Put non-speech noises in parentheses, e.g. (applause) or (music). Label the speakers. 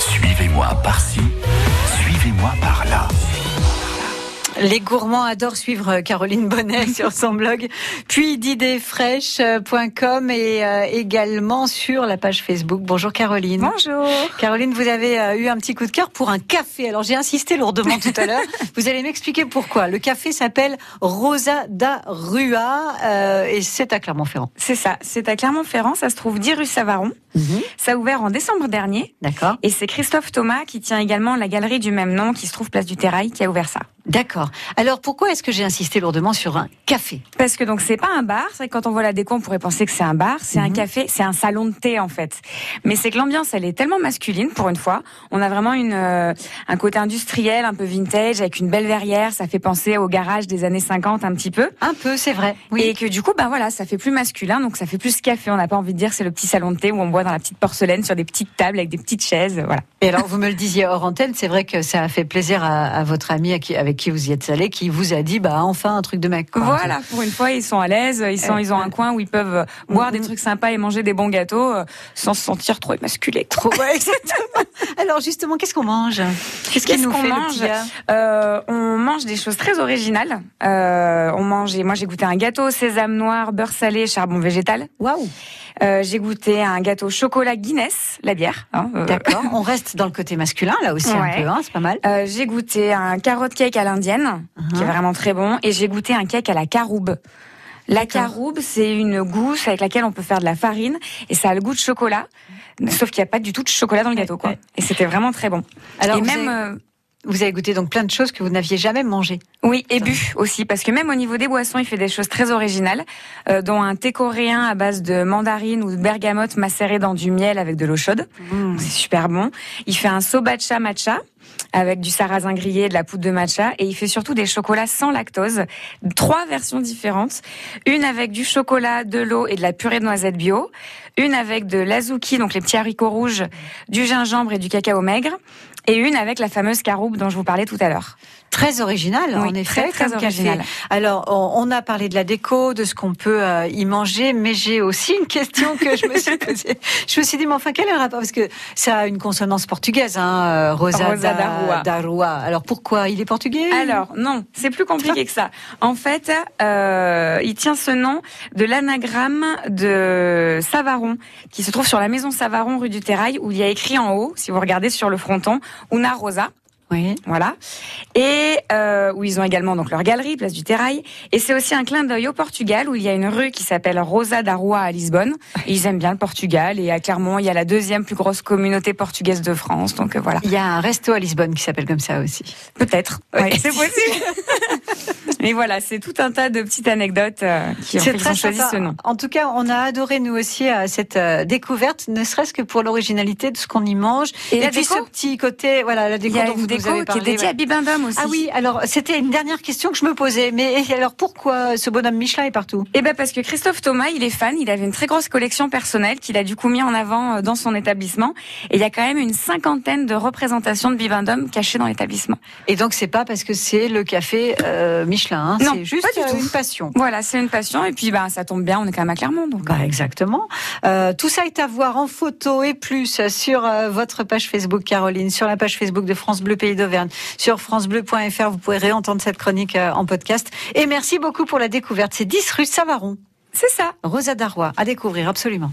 Speaker 1: Suivez-moi par-ci, suivez-moi par-là.
Speaker 2: Les gourmands adorent suivre euh, Caroline Bonnet sur son blog, puis d'idéesfresh.com et euh, également sur la page Facebook. Bonjour Caroline.
Speaker 3: Bonjour.
Speaker 2: Caroline, vous avez euh, eu un petit coup de cœur pour un café. Alors j'ai insisté lourdement tout à l'heure. vous allez m'expliquer pourquoi. Le café s'appelle Rosa da Rua euh, et c'est à Clermont-Ferrand.
Speaker 3: C'est ça, c'est à Clermont-Ferrand, ça se trouve 10 rue Savaron. Ça a ouvert en décembre dernier.
Speaker 2: D'accord.
Speaker 3: Et c'est Christophe Thomas qui tient également la galerie du même nom qui se trouve place du Terrail qui a ouvert ça.
Speaker 2: D'accord. Alors pourquoi est-ce que j'ai insisté lourdement sur un café
Speaker 3: Parce que donc c'est pas un bar, c'est vrai que quand on voit la déco on pourrait penser que c'est un bar, c'est un
Speaker 2: Mhm.
Speaker 3: café, c'est un salon de thé en fait. Mais c'est que l'ambiance elle est tellement masculine pour une fois, on a vraiment une euh, un côté industriel, un peu vintage avec une belle verrière, ça fait penser au garage des années 50 un petit peu.
Speaker 2: Un peu, c'est vrai.
Speaker 3: Et que du coup, ben voilà, ça fait plus masculin, donc ça fait plus café. On n'a pas envie de dire c'est le petit salon de thé où on boit dans la petite porcelaine sur des petites tables avec des petites chaises, voilà.
Speaker 2: Et alors, vous me le disiez hors antenne, c'est vrai que ça a fait plaisir à, à votre ami à qui- avec qui vous y êtes allé, qui vous a dit, bah, enfin, un truc de mec. quoi.
Speaker 3: Voilà, pour une fois, ils sont à l'aise, ils, sont, ils ont un coin où ils peuvent euh, boire des trucs sympas et manger des bons gâteaux euh, sans se sentir trop émasculés.
Speaker 2: Trop- ouais, exactement. Alors, justement, qu'est-ce qu'on mange Qu'est-ce qu'il
Speaker 3: Qu'est-ce
Speaker 2: nous
Speaker 3: qu'on
Speaker 2: fait, le
Speaker 3: mange
Speaker 2: petit gars
Speaker 3: Euh, on mange des choses très originales. Euh, on mange, et moi j'ai goûté un gâteau au sésame noir, beurre salé, charbon végétal.
Speaker 2: Waouh
Speaker 3: Euh, j'ai goûté un gâteau au chocolat Guinness, la bière. hein, euh,
Speaker 2: D'accord, on reste dans le côté masculin, là aussi, un
Speaker 3: Ouais.
Speaker 2: peu, hein, c'est pas mal.
Speaker 3: Euh, j'ai goûté un carotte cake à l'indienne, qui est
Speaker 2: Uh-huh.
Speaker 3: vraiment très bon, et j'ai goûté un cake à la caroube. La caroube, c'est une gousse avec laquelle on peut faire de la farine, et ça a le goût de chocolat, sauf qu'il n'y a pas du tout de chocolat dans le gâteau, quoi.
Speaker 2: ouais.
Speaker 3: Et c'était vraiment très bon.
Speaker 2: Alors,
Speaker 3: et
Speaker 2: vous,
Speaker 3: même,
Speaker 2: avez,
Speaker 3: euh,
Speaker 2: vous avez goûté donc plein de choses que vous n'aviez jamais mangées.
Speaker 3: oui, et bu aussi, parce que même au niveau des boissons, il fait des choses très originales, euh, dont un thé coréen à base de mandarine ou de bergamote macéré dans du miel avec de l'eau chaude. Donc, C'est super bon. Il fait un sobacha matcha avec du sarrasin grillé et de la poudre de matcha. Et il fait surtout des chocolats sans lactose. Trois versions différentes. Une avec du chocolat, de l'eau et de la purée de noisettes bio. Une avec de l'azuki, donc les petits haricots rouges, du gingembre et du cacao maigre. Et une avec la fameuse caroube dont je vous parlais tout à l'heure.
Speaker 2: Très original,
Speaker 3: Oui,
Speaker 2: en effet,
Speaker 3: très, très
Speaker 2: comme café.
Speaker 3: original.
Speaker 2: Alors, on, on a parlé de la déco, de ce qu'on peut euh, y manger, mais j'ai aussi une question que je me
Speaker 3: (laughs)
Speaker 2: suis posée. Je me suis dit, mais enfin, quel est le rapport Parce que ça a une consonance portugaise, hein, euh, Rosa, da-
Speaker 3: Rosa da Rua.
Speaker 2: da Rua. Alors, pourquoi Il est portugais
Speaker 3: Alors non, c'est plus compliqué que ça. En fait, euh, il tient ce nom de l'anagramme de Savaron, qui se trouve sur la maison Savaron, rue du Terrail, où il y a écrit en haut, si vous regardez sur le fronton, Una Rosa,
Speaker 2: Oui.
Speaker 3: voilà, et euh, où ils ont également donc leur galerie, place du Terrail. Et c'est aussi un clin d'œil au Portugal, où il y a une rue qui s'appelle Rosa da Rua à Lisbonne. Et ils aiment bien le Portugal, et à Clermont, il y a la deuxième plus grosse communauté portugaise de France, donc euh, voilà.
Speaker 2: Il y a un resto à Lisbonne qui s'appelle comme ça aussi.
Speaker 3: Peut-être.
Speaker 2: Ouais.
Speaker 3: Ouais, c'est possible. (laughs) Mais voilà, c'est tout un tas de petites anecdotes euh, qui ont
Speaker 2: C'est
Speaker 3: fait qu'ils ont
Speaker 2: très
Speaker 3: choisi
Speaker 2: sympa.
Speaker 3: ce nom.
Speaker 2: En tout cas, on a adoré nous aussi euh, cette euh, découverte, ne serait-ce que pour l'originalité de ce qu'on y mange.
Speaker 3: Et la
Speaker 2: puis
Speaker 3: déco
Speaker 2: ce petit côté, voilà, la
Speaker 3: Il
Speaker 2: déco
Speaker 3: y a
Speaker 2: dont
Speaker 3: une
Speaker 2: vous nous avez
Speaker 3: déco qui
Speaker 2: parlé.
Speaker 3: est dédiée
Speaker 2: ouais.
Speaker 3: à Bibendum aussi.
Speaker 2: Ah oui, alors c'était une dernière question que je me posais. Mais (laughs) et alors pourquoi ce bonhomme Michelin est partout
Speaker 3: Eh ben parce que Christophe Thomas, il est fan, il avait une très grosse collection personnelle qu'il a du coup mis en avant euh, dans son établissement. Et il y a quand même une cinquantaine de représentations de Bibendum cachées dans l'établissement.
Speaker 2: Et donc c'est pas parce que c'est le café euh, Michelin, hein,
Speaker 3: Non,
Speaker 2: c'est juste
Speaker 3: pas du
Speaker 2: euh,
Speaker 3: tout.
Speaker 2: une passion.
Speaker 3: Voilà, c'est une passion. Et puis ben ça tombe bien, on est quand même à Clermont. Donc.
Speaker 2: Bah, exactement. Euh, tout ça est à voir en photo et plus sur euh, votre page Facebook, Caroline, sur la page Facebook de France Bleu Pays d'Auvergne, sur francebleu.fr. Vous pouvez réentendre cette chronique euh, en podcast. Et merci beaucoup pour la découverte. C'est 10 rue Savaron,
Speaker 3: C'est ça.
Speaker 2: Rosa Darrois, à découvrir absolument.